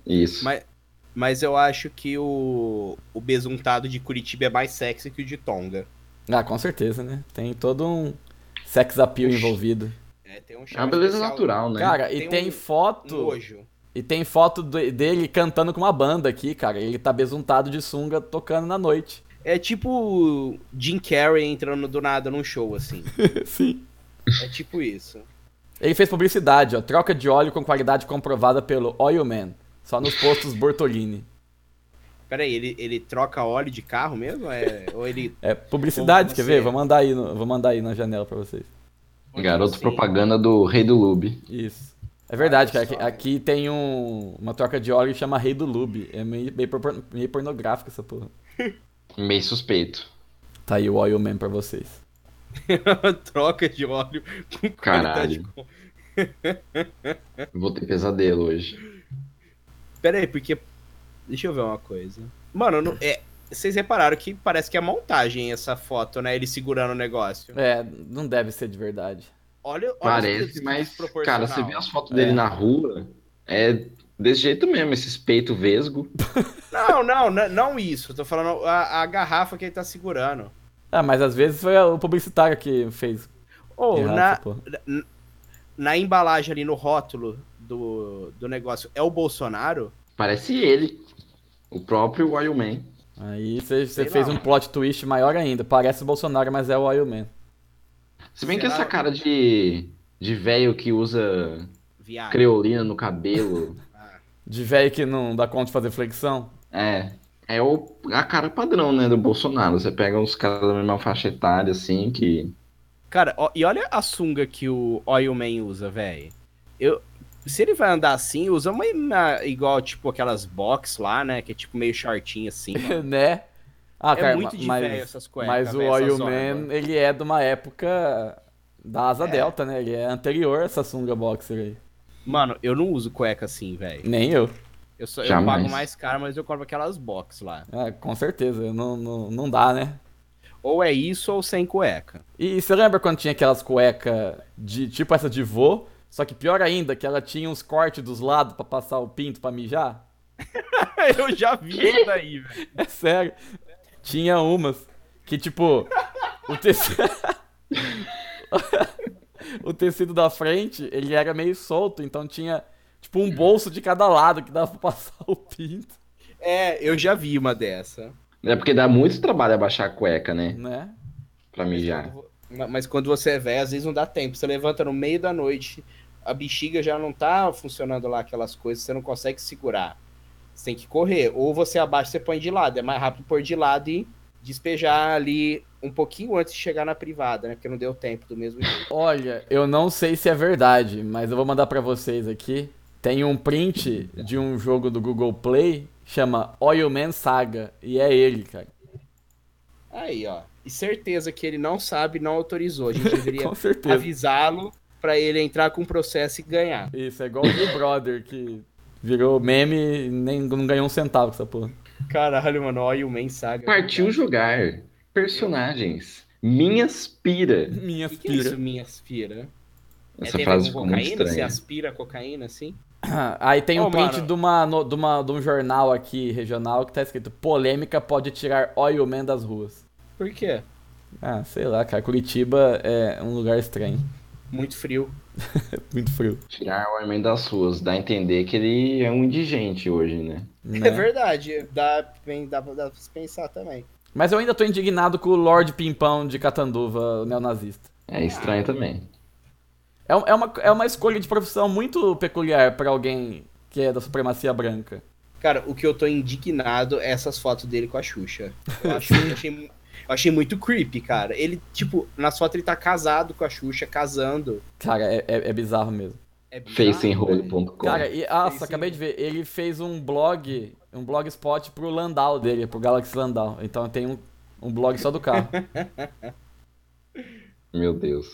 Isso. Mas- mas eu acho que o, o besuntado de Curitiba é mais sexy que o de Tonga. Ah, com certeza, né? Tem todo um sex appeal envolvido. É, tem um É uma charme beleza especial, natural, né? Cara, e Tem tem um- foto. um Nojo. E tem foto de- dele cantando com uma banda aqui, cara. Ele tá besuntado de sunga tocando na noite. É tipo o Jim Carrey entrando do nada num show, assim. Sim. É tipo isso. Ele fez publicidade, ó. Troca de óleo com qualidade comprovada pelo Oil Man. Só nos postos Bortolini. Peraí, ele, ele troca óleo de carro mesmo? É, ou ele. É publicidade, Como quer você- ver? Vou mandar aí, no- vou mandar aí na janela pra vocês. *laughs* Garoto Assim, propaganda do Rei do Lube. Isso. É verdade, cara. Olha Aqui, só, aqui tem um, uma troca de óleo que chama Rei do Lube. É meio, meio, porno- meio pornográfico essa porra. Meio suspeito. Tá aí o Oil Man pra vocês. *laughs* troca de óleo tá com qualidade né? Caralho. Vou ter pesadelo hoje. Pera aí, porque. Deixa eu ver uma coisa. Mano, não- é, vocês repararam que parece que é montagem essa foto, né? Ele segurando o negócio. É, não deve ser de verdade. Olha, olha os Parece, dedos mas, desproporcional. cara, você vê as fotos É. dele na rua, é desse jeito mesmo, esses peito vesgo. Não, não, não, não isso. Eu Tô falando a, a garrafa que ele tá segurando. Ah, mas às vezes foi o publicitário que fez. Ou errado na, essa porra. na, na embalagem ali no rótulo do, do negócio, é o Bolsonaro? Parece ele. O próprio Oil Man. Aí você você Sei fez lá. um plot twist maior ainda. Parece o Bolsonaro, mas é o Oil Man. Se bem que Será? essa cara de. de velho que usa Viado. creolina no cabelo. De velho que não dá conta de fazer flexão. É. É o, a cara padrão, né, do Bolsonaro. Você pega uns caras da mesma faixa etária, assim, que. Cara, ó, e olha a sunga que o Oil Man usa, velho. Eu, se ele vai andar assim, usa uma, uma- igual, tipo, aquelas box lá, né? Que é tipo meio shortinho *laughs* assim. mano. né? Ah, é muito de velho essas cuecas. mas o velho, essas Oil zona, mano. Man, ele é de uma época da Asa Delta, né? Ele é anterior a essa sunga boxer aí. Mano, eu não uso cueca assim, velho. Nem eu. Eu, só- eu Jamais. É, pago mais caro, mas eu compro aquelas box lá. Ah, com certeza. Não, não, não dá, né? Ou é isso ou sem cueca. *laughs* E, e você lembra quando tinha aquelas cuecas de tipo essa de vô? Só que pior ainda, que ela tinha uns cortes dos lados pra passar o pinto pra mijar? Eu já vi isso daí, velho. É *laughs* sério. Tinha umas que, tipo, o tecido. *laughs* o tecido da frente, ele era meio solto, então tinha, tipo, um bolso de cada lado que dava pra passar o pinto, É, eu já vi uma dessa. É porque dá muito trabalho abaixar a cueca, né? né? Pra mijar. Ma- Mas quando você é velho, às vezes não dá tempo. Você levanta no meio da noite, a bexiga já não tá funcionando lá, aquelas coisas, você não consegue segurar. Você tem que correr. Ou você abaixa, você põe de lado. É mais rápido pôr de lado e despejar ali um pouquinho antes de chegar na privada, né? Porque não deu tempo do mesmo jeito. Olha, eu não sei se é verdade, mas eu vou mandar pra vocês aqui. Tem um print de um jogo do Google Play, chama Oilman Saga, e é ele, cara. Aí, ó. E certeza que ele não sabe, não autorizou. A *laughs* gente deveria Com certeza. avisá-lo pra ele entrar com o processo e ganhar. Isso, é igual o Big Brother, que virou meme e nem, não ganhou um centavo com essa porra. Caralho, mano, olha o Man Saga. Partiu jogar. Personagens. Minhas pira. Minha O que, que é isso, filha. minha aspira? tem Essa a ver com frase ficou muito cocaína? Você estranha. aspira cocaína, assim? *laughs* Aí tem um Ô, print mano. de, uma, no- de, uma, de um jornal aqui regional que tá escrito Polêmica pode tirar Oilman das ruas. Por quê? Ah, sei lá, cara. Curitiba é um lugar estranho. Muito frio. Muito frio. Tirar o Armin das ruas. Dá a entender que ele é um indigente hoje, né? É Né? verdade, dá, bem- dá, pra- dá pra se pensar também. Mas eu ainda tô indignado com o Lorde Pimpão de Catanduva, o neonazista. É estranho também. É, um- é, uma, é uma escolha de profissão muito peculiar pra alguém que é da supremacia branca. Cara, o que eu tô indignado é essas fotos dele com a Xuxa. Eu, acho- eu achei, mu- eu achei muito creepy, cara. Ele, tipo, nas fotos ele tá casado com a Xuxa, casando. Cara, é, é- é bizarro mesmo. É bizarro, velho. Facenrolho.com. Ah. Cara, e ah, só sim. acabei de ver, ele fez um blog, um blog spot pro Landau dele, pro Galaxy Landau. Então tem um, um blog só do *laughs* carro. Meu Deus.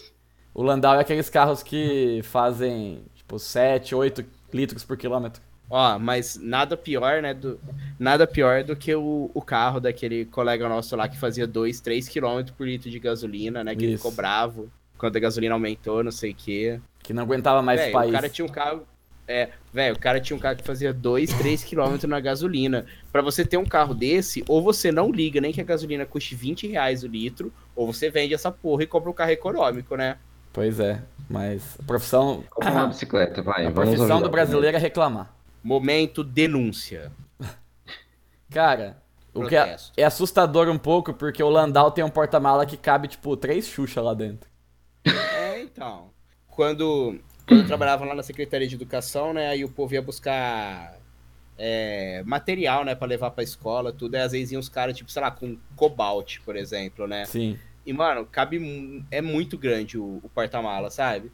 o Landau é aqueles carros que fazem tipo 7, 8 litros por quilômetro. Ó, mas nada pior, né? Do, nada pior do que o, o carro daquele colega nosso lá que fazia 2, 3 km por litro de gasolina, né? Que ele Isso. ficou bravo quando a gasolina aumentou, não sei o quê. Que não aguentava mais Véi, o o país. cara tinha um carro. É, velho, o cara tinha um carro que fazia 2, 3 km na gasolina. Pra você ter um carro desse, ou você não liga nem que a gasolina custe 20 reais o litro, ou você vende essa porra e compra um carro econômico, né? Pois é, mas a profissão, Compra uma bicicleta, vai. ah. a vamos profissão ajudar. do brasileiro é reclamar. Momento denúncia. Cara, o que é, Protesto. é assustador um pouco porque o Landau tem um porta-mala que cabe tipo três Xuxa lá dentro. É, então. Quando, quando eu trabalhava lá na Secretaria de Educação, né? Aí o povo ia buscar é, material, né? Pra levar pra escola, tudo. Aí às vezes iam os caras, tipo, sei lá, com cobalt, por exemplo, né? Sim. E, mano, cabe. mu- É muito grande o, o porta-mala, sabe?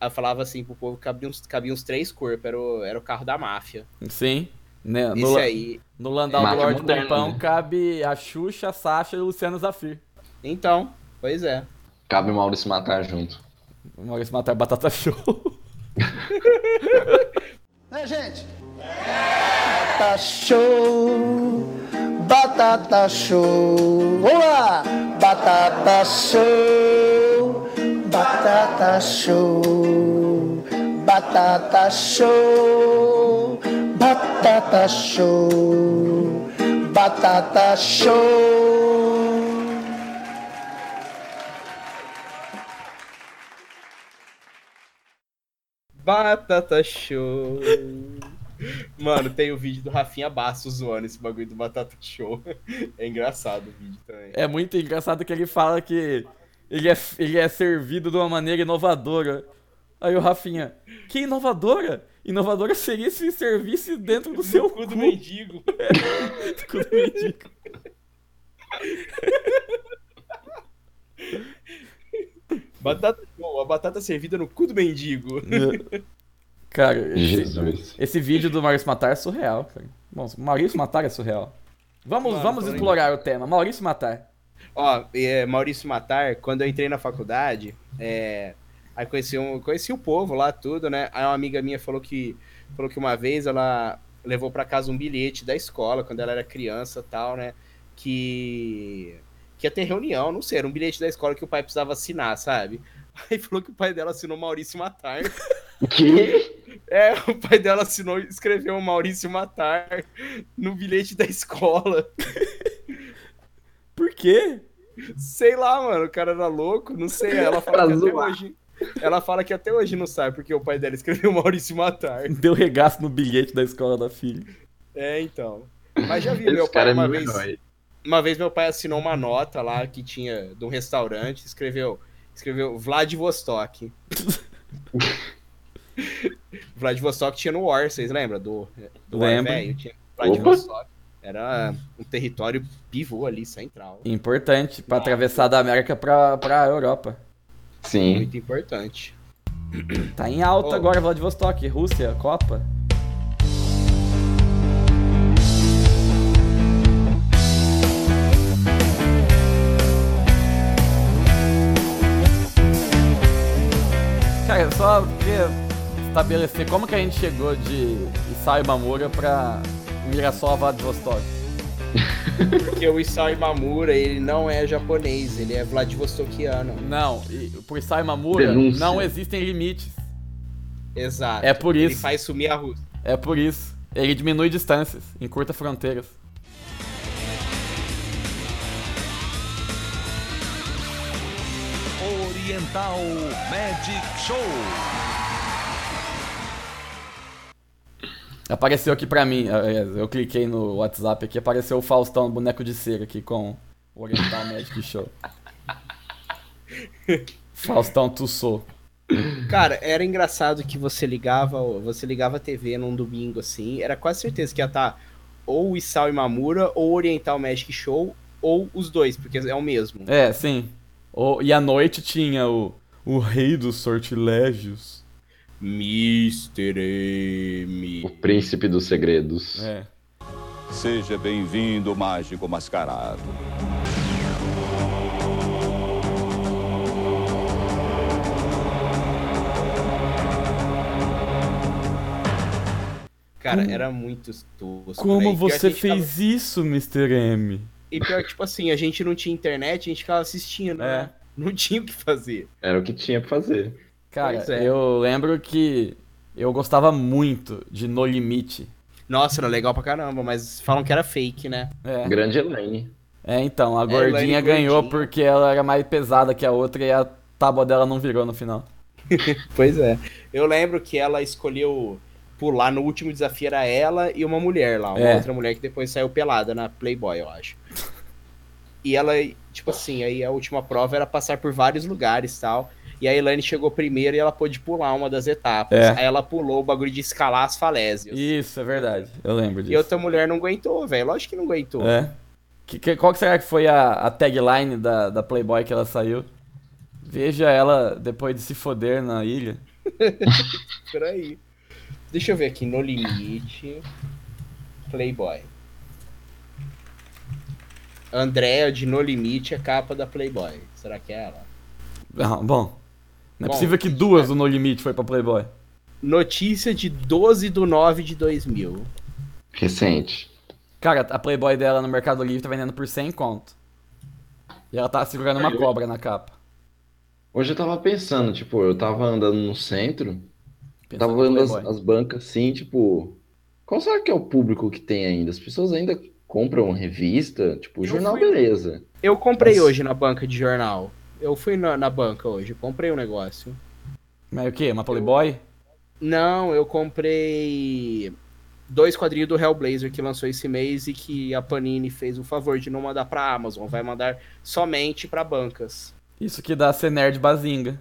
Aí eu falava assim pro povo que cabia uns, cabia uns três corpos, era o, era o carro da máfia. Sim. Né, no, Esse La- aí. no Landau do Máfia Lorde moderna, Pimpão né? cabe a Xuxa, a Sasha e o Luciano Zafir. Então, pois é. Cabe o Maurício matar junto. O Maurício Matar Batata Show. Né, gente? Batata show, batata show. Olá! Batata show, batata show, batata show, batata show, batata show. Batata Show. Mano, tem o vídeo do Rafinha Bastos zoando esse bagulho do Batata Show. *laughs* É engraçado o vídeo também. *laughs* É muito engraçado que ele fala que ele é, ele é servido de uma maneira inovadora. Aí o Rafinha, que inovadora? Inovadora seria se servisse dentro do *laughs* seu cu. do mendigo. Cu do mendigo. Batata Show, a batata servida no cu do mendigo. né?" *laughs* Cara, esse, Jesus. esse vídeo do Maurício Matar é surreal, cara. Bom, Maurício Matar é surreal. Vamos, Mano, vamos tô explorar o tema. Maurício Matar. Ó, é, Maurício Matar, quando eu entrei na faculdade, é, aí conheci, um, conheci o povo lá, tudo, né? Aí uma amiga minha falou que, falou que uma vez ela levou pra casa um bilhete da escola, quando ela era criança e tal, né? Que, que que ia ter reunião, não sei, era um bilhete da escola que o pai precisava assinar, sabe? *laughs* Aí falou que o pai dela assinou Maurício Matar. Que? É, o pai dela assinou e escreveu Maurício Matar no bilhete da escola. Por quê? Sei lá, mano, o cara era louco, não sei. Ela fala que até hoje. Ela fala que até hoje não sabe porque o pai dela escreveu *laughs* Maurício Matar. Deu regaço no bilhete da escola da filha. É, então. Mas já vi meu *laughs* pai Esse cara é uma meu vez. herói. Uma vez meu pai assinou uma nota lá que tinha de um restaurante, escreveu, escreveu *laughs* Vladivostok. Vladivostok tinha no War, vocês lembram do, do War, Lembro. velho? Tinha Vladivostok. Era um território pivô ali, central. Importante pra atravessar da América pra, pra Europa. Sim. Muito importante. Tá em alta Oh. agora Vladivostok, Rússia, Copa. Cara, só queria estabelecer como que a gente chegou de Isao Mamura pra Mirassol Vladivostok. Porque o Isao Imamura, ele não é japonês, ele é vladivostokiano. Não, e por Isao Mamura Denúncia. não existem limites. Exato. É por Ele isso. faz sumir a Rússia. É por isso. Ele diminui distâncias, encurta fronteiras. Oriental Magic Show. Apareceu aqui pra mim, aliás, eu cliquei no WhatsApp aqui, apareceu o Faustão, boneco de cera aqui com o Oriental Magic Show. Faustão Tussou. Cara, era engraçado que você ligava, você ligava a TV num domingo assim, era quase certeza que ia estar ou o Isao Imamura, ou Oriental Magic Show, ou os dois, porque é o mesmo. É, sim. O- e à noite tinha o, o Rei dos Sortilégios. Mr. O M. príncipe dos segredos. É. Seja bem-vindo, mágico mascarado. Cara, Como- era muito tosco. né? Como E pior que a você gente tava- fez isso, Mr. M? E pior que, tipo assim, a gente não tinha internet, a gente ficava assistindo, É. né? Não tinha o que fazer. Era o que tinha pra fazer. Cara, Pois é. eu lembro que eu gostava muito de No Limite. Nossa, era legal pra caramba, mas falam que era fake, né? É. Grande Elaine. É, então, a ela era gordinha ganhou gordinha. porque ela era mais pesada que a outra e a tábua dela não virou no final. Pois é. Eu lembro que ela escolheu pular no último desafio era ela e uma mulher lá, uma É. outra mulher que depois saiu pelada na Playboy, eu acho. E ela, tipo assim, aí a última prova era passar por vários lugares e tal. E a Elaine chegou primeiro e ela pôde pular uma das etapas. É. Aí ela pulou o bagulho de escalar as falésias. E, Isso, é verdade. Eu lembro disso. outra mulher não aguentou, velho. Lógico que não aguentou. É. Que, que- qual que será que foi a, a tagline da, da Playboy que ela saiu? Veja ela depois de se foder na ilha. Peraí. Deixa eu ver aqui, no limite. Playboy. Andréa de No Limite é capa da Playboy. Será que é ela? Ah, bom. Não é Bom, possível que duas do No Limite foi pra Playboy. Notícia de 12 de 9 de 2000. Recente. Cara, a Playboy dela no Mercado Livre tá vendendo por 100 conto. E ela tá segurando uma cobra na capa. Hoje eu tava pensando, tipo, eu tava andando no centro, Pensando tava na olhando Tá as, Playboy. as bancas assim, tipo, qual será que é o público que tem ainda? As pessoas ainda compram revista, tipo, jornal, um beleza. Eu comprei Nossa. hoje na banca de jornal. Eu fui na, na banca hoje, eu comprei um negócio. Mas é o quê? Uma Playboy? Não, eu comprei dois quadrinhos do Hellblazer que lançou esse mês e que a Panini fez o favor de não mandar pra Amazon, vai mandar somente pra bancas. Isso que dá ser nerd bazinga.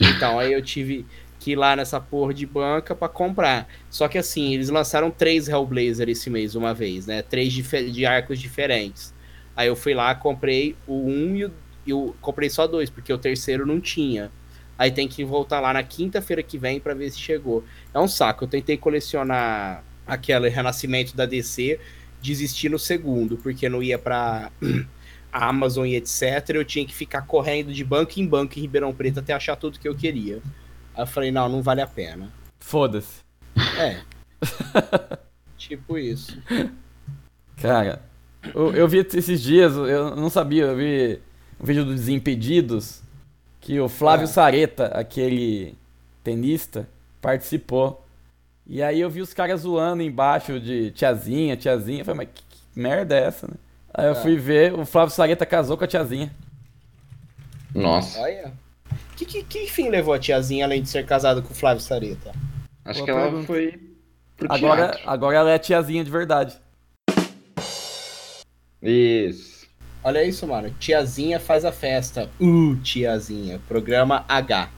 Então, aí eu tive que ir lá nessa porra de banca pra comprar. Só que assim, eles lançaram três Hellblazer esse mês, uma vez, né? Três dife- de arcos diferentes. Aí eu fui lá, comprei o um e o. Eu comprei só dois, porque o terceiro não tinha. Aí tem que voltar lá na quinta-feira que vem pra ver se chegou. É um saco. Eu tentei colecionar aquele Renascimento da DC, desisti no segundo, porque não ia pra a Amazon e etc, eu tinha que ficar correndo de banco em banco em Ribeirão Preto até achar tudo que eu queria. Aí eu falei, não, não vale a pena. Foda-se. É. tipo isso. Cara, Eu, eu vi esses dias, eu não sabia, eu vi um vídeo do Desimpedidos que o Flávio Sareta, aquele tenista, participou. E aí eu vi os caras zoando embaixo de tiazinha, tiazinha. Eu falei, mas que, que merda é essa, né? Aí eu fui ver, o Flávio Sareta casou com a tiazinha. Nossa. Olha. Que, que, que fim levou a tiazinha além de ser casada com o Flávio Sareta? Acho Boa que ela pergunta. foi pro Agora, teatro. agora ela é tiazinha de verdade. Isso. Olha isso, mano. Tiazinha faz a festa. Uh, tiazinha. Programa H.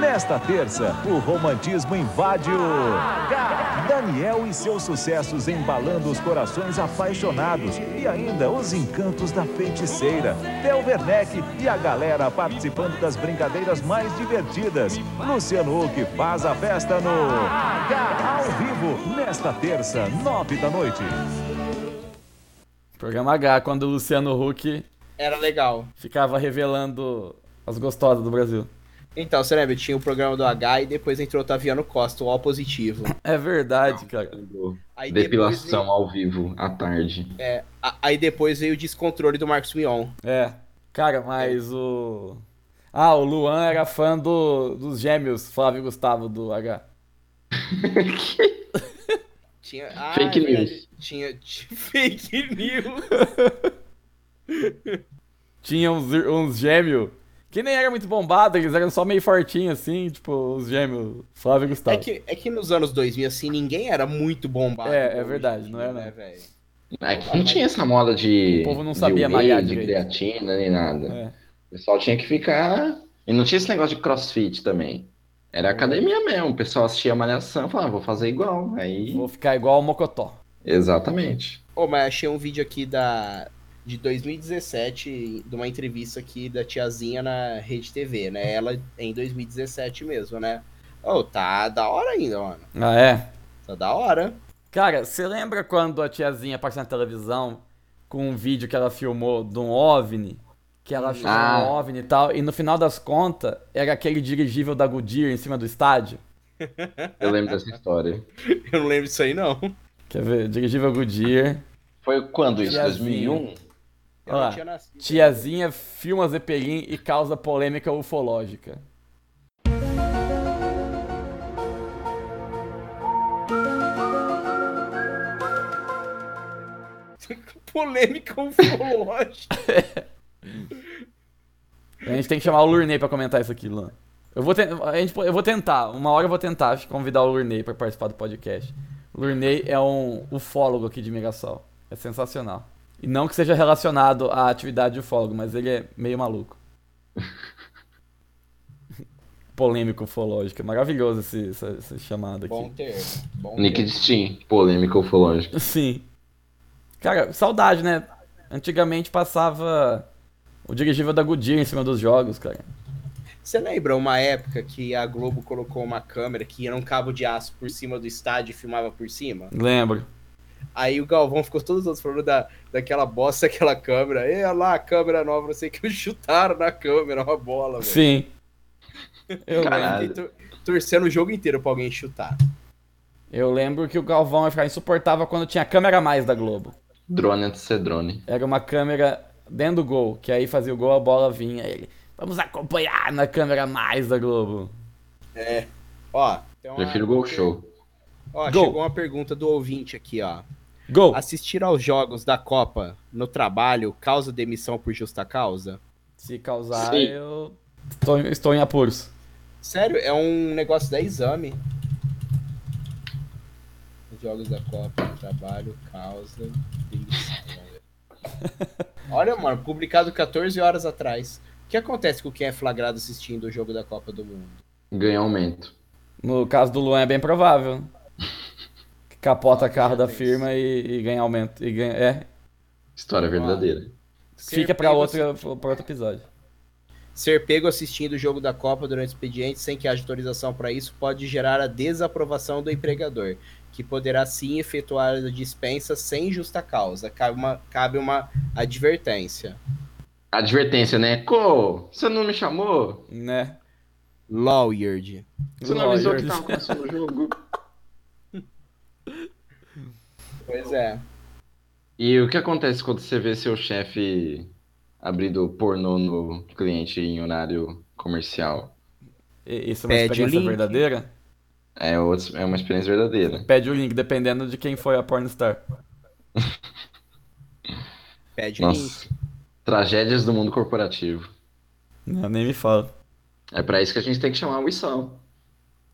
Nesta terça, o romantismo invade o. Daniel e seus sucessos embalando os corações apaixonados e ainda os encantos da feiticeira. Theo Werneck e a galera participando das brincadeiras mais divertidas. Luciano Huck faz a festa no. Ao vivo, nesta terça, nove da noite. Programa H, quando o Luciano Huck Era legal. ficava revelando as gostosas do Brasil. Então, você lembra? Tinha o programa do H e depois entrou o Taviano Costa, o O positivo. É verdade, cara. Aí Depilação ao vivo, à tarde. Depois, veio- é, a- aí depois veio o descontrole do Marcos Mion. É. Cara, mas o. Ah, o Luan era fã do, dos gêmeos, Flávio e Gustavo do H. Tinha, ah, Fake é verdade. news. Tinha, tinha- *laughs* fake news. Tinha uns, uns gêmeos. Que nem era muito bombado, eles eram só meio fortinhos assim, tipo, os gêmeos, Flávio e Gustavo. É que, é que nos anos 2000, assim, ninguém era muito bombado. É, é como hoje em verdade, dia, né, não era, não. velho? É que não tinha essa moda de. O povo não de sabia whey, malhar de direito. creatina nem nada. É. O pessoal tinha que ficar. E não tinha esse negócio de crossfit também. Era academia mesmo. O pessoal assistia a malhação e falava, "Ah, vou fazer igual. Aí. Vou ficar igual o Mocotó. Exatamente. Ô, mas achei um vídeo aqui da de 2017, de uma entrevista aqui da tiazinha na Rede TV, né? Ela em 2017 mesmo, né? Ô, tá da hora ainda, mano. Ah, é? Tá da hora. Cara, você lembra quando a tiazinha apareceu na televisão com um vídeo que ela filmou de um OVNI? Que Hum. ela achou Ah. um OVNI e tal, e no final das contas, era aquele dirigível da Goodyear em cima do estádio? Eu lembro dessa história. Eu não lembro disso aí, não. Quer ver? Dirigível Goodyear. Foi quando isso? Tiazinho. 2001? Eu Olha não lá. tinha nascido. Tiazinha filma Zeppelin e causa polêmica ufológica. Polêmica *laughs* ufológica. A gente tem que chamar o Lurney pra comentar isso aqui, Luan. Eu vou, ten- a gente po- eu vou tentar, uma hora eu vou tentar acho, convidar o Lurney pra participar do podcast. O Lurney é um ufólogo aqui de Mirassol. É sensacional. E não que seja relacionado à atividade de ufólogo, mas ele é *laughs* meio maluco. Polêmico ufológico. É maravilhoso esse, essa, essa chamada aqui. Bom termo. Bom Nick termo. Steam, polêmica ufológica. Sim. Cara, saudade, né? Antigamente passava o dirigível da Goodyear em cima dos jogos, cara. Você lembra uma época que a Globo colocou uma câmera que era um cabo de aço por cima do estádio e filmava por cima? Lembro. Aí o Galvão ficou todos os outros falando da, daquela bosta, aquela câmera. E olha lá, a câmera nova, não sei o que. *laughs* Chutaram na câmera uma bola, velho. Sim. Eu lembro, Caralho. Fiquei tor- Torcendo o jogo inteiro pra alguém chutar. eu lembro que o Galvão ia ficar insuportável quando tinha câmera a mais da Globo. Drone antes de ser drone. Era uma câmera dentro do gol, que aí fazia o gol, a bola vinha. aí Ele, vamos acompanhar na câmera a mais da Globo. Ó, tem uma- Prefiro gol show. Ó, Gol. chegou uma pergunta do ouvinte aqui, ó. Gol! Assistir aos jogos da Copa no trabalho causa demissão por justa causa? Se causar, Sim. eu estou, estou em apuros. Sério, é um negócio da exame. Os jogos da Copa, no trabalho, *laughs* causa, demissão. Olha, mano, publicado 14 horas atrás. O que acontece com quem é flagrado assistindo o jogo da Copa do Mundo? Ganha aumento. No caso do Luan é bem provável. Que Capota carro da Parabéns. firma e, e ganha aumento. E ganha, é, História verdadeira. fica pra pego outro, pra outro episódio. Ser pego assistindo o jogo da Copa durante o expediente sem que haja autorização para isso pode gerar a desaprovação do empregador, que poderá sim efetuar a dispensa sem justa causa. Cabe uma, cabe uma advertência. Advertência, né? Co, você não me chamou? Né? Lawyered. Você não avisou que Lawyers. tava começando o jogo? Pois é. E o que acontece quando você vê seu chefe abrindo pornô no cliente em horário comercial? E- Isso é uma Pede o experiência link. verdadeira? É, outro- é uma experiência verdadeira. Pede o link, dependendo de quem foi a pornstar. Pede o link. Nossa. Tragédias do mundo corporativo. Não, nem me fala. É pra isso que a gente tem que chamar o Issal.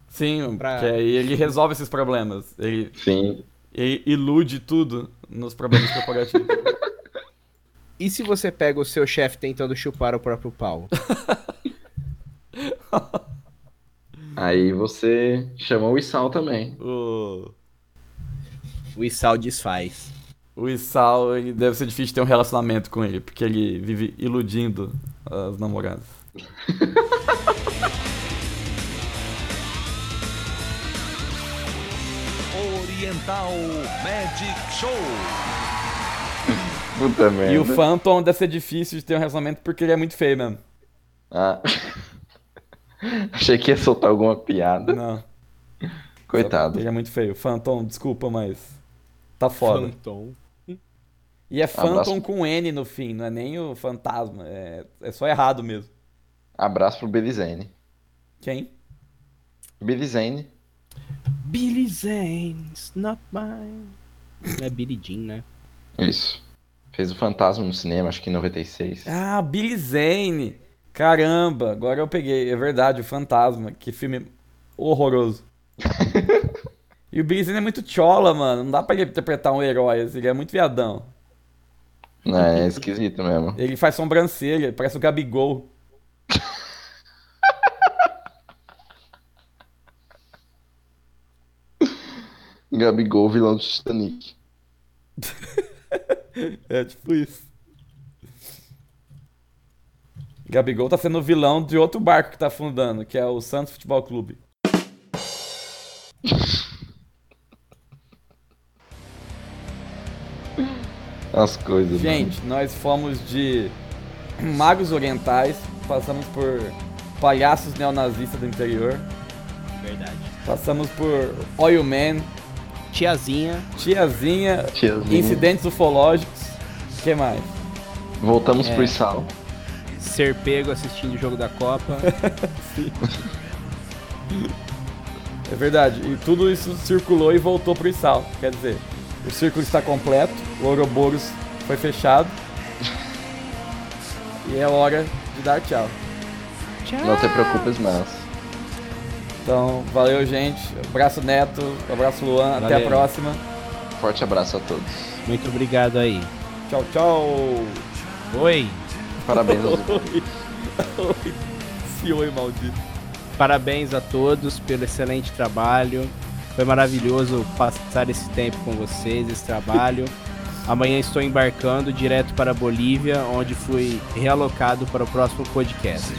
Sim, Pra- porque aí ele resolve esses problemas. Ele, Sim. ele ilude tudo nos problemas *laughs* corporativos. E se você pega o seu chefe tentando chupar o próprio pau? Aí você chama o Issal também. o, *laughs* O Issal desfaz. o Isal, ele deve ser difícil ter um relacionamento com ele, porque ele vive iludindo as namoradas. Oriental Magic Show. Puta merda. E o Phantom deve ser difícil de ter um relacionamento porque ele é muito feio *laughs* mesmo. Ah. Achei que ia soltar alguma piada. Não. Coitado. Ele é muito feio. Phantom, desculpa, mas. Tá foda. Phantom. E é Phantom Abraço. com N no fim, não é nem o fantasma. É, é só errado mesmo. Abraço pro Billy Zane. Quem? Billy Zane. Billy Zane's not mine. Não é Billy Jean, né? Isso. Fez o Fantasma no cinema, acho que em 96. Ah, Billy Zane! Caramba, agora eu peguei. É verdade, o fantasma. Que filme horroroso. e o Billy Zane é muito chola, mano. Não dá pra ele interpretar um herói, assim, ele é muito viadão. É, é esquisito mesmo. Ele faz sobrancelha, parece o Gabigol. Gabigol, vilão do Titanic. É tipo isso. Gabigol tá sendo o vilão de outro barco que tá afundando, que é o Santos Futebol Clube. As coisas, né? Gente, nós fomos de magos orientais, passamos por palhaços neonazistas do interior, Verdade. passamos por Oil Man, Tiazinha. tiazinha, mano. Tiazinha. incidentes ufológicos, que mais? Voltamos É. pro Isal. ser pego assistindo o jogo da Copa. É verdade, e tudo isso circulou e voltou pro Issal, quer dizer, o círculo está completo, o Ouroboros foi fechado, e é hora de dar tchau. Não te preocupes mais. Então, valeu gente, abraço Neto, abraço Luan, até a Valeu. próxima, Forte abraço a todos. *laughs* Muito obrigado aí. tchau, tchau! Oi. Parabéns aos *laughs* Se oi, maldito. Parabéns a todos pelo excelente trabalho. Foi maravilhoso passar esse tempo com vocês, esse trabalho. Amanhã estou embarcando direto para a Bolívia, onde fui realocado para o próximo podcast.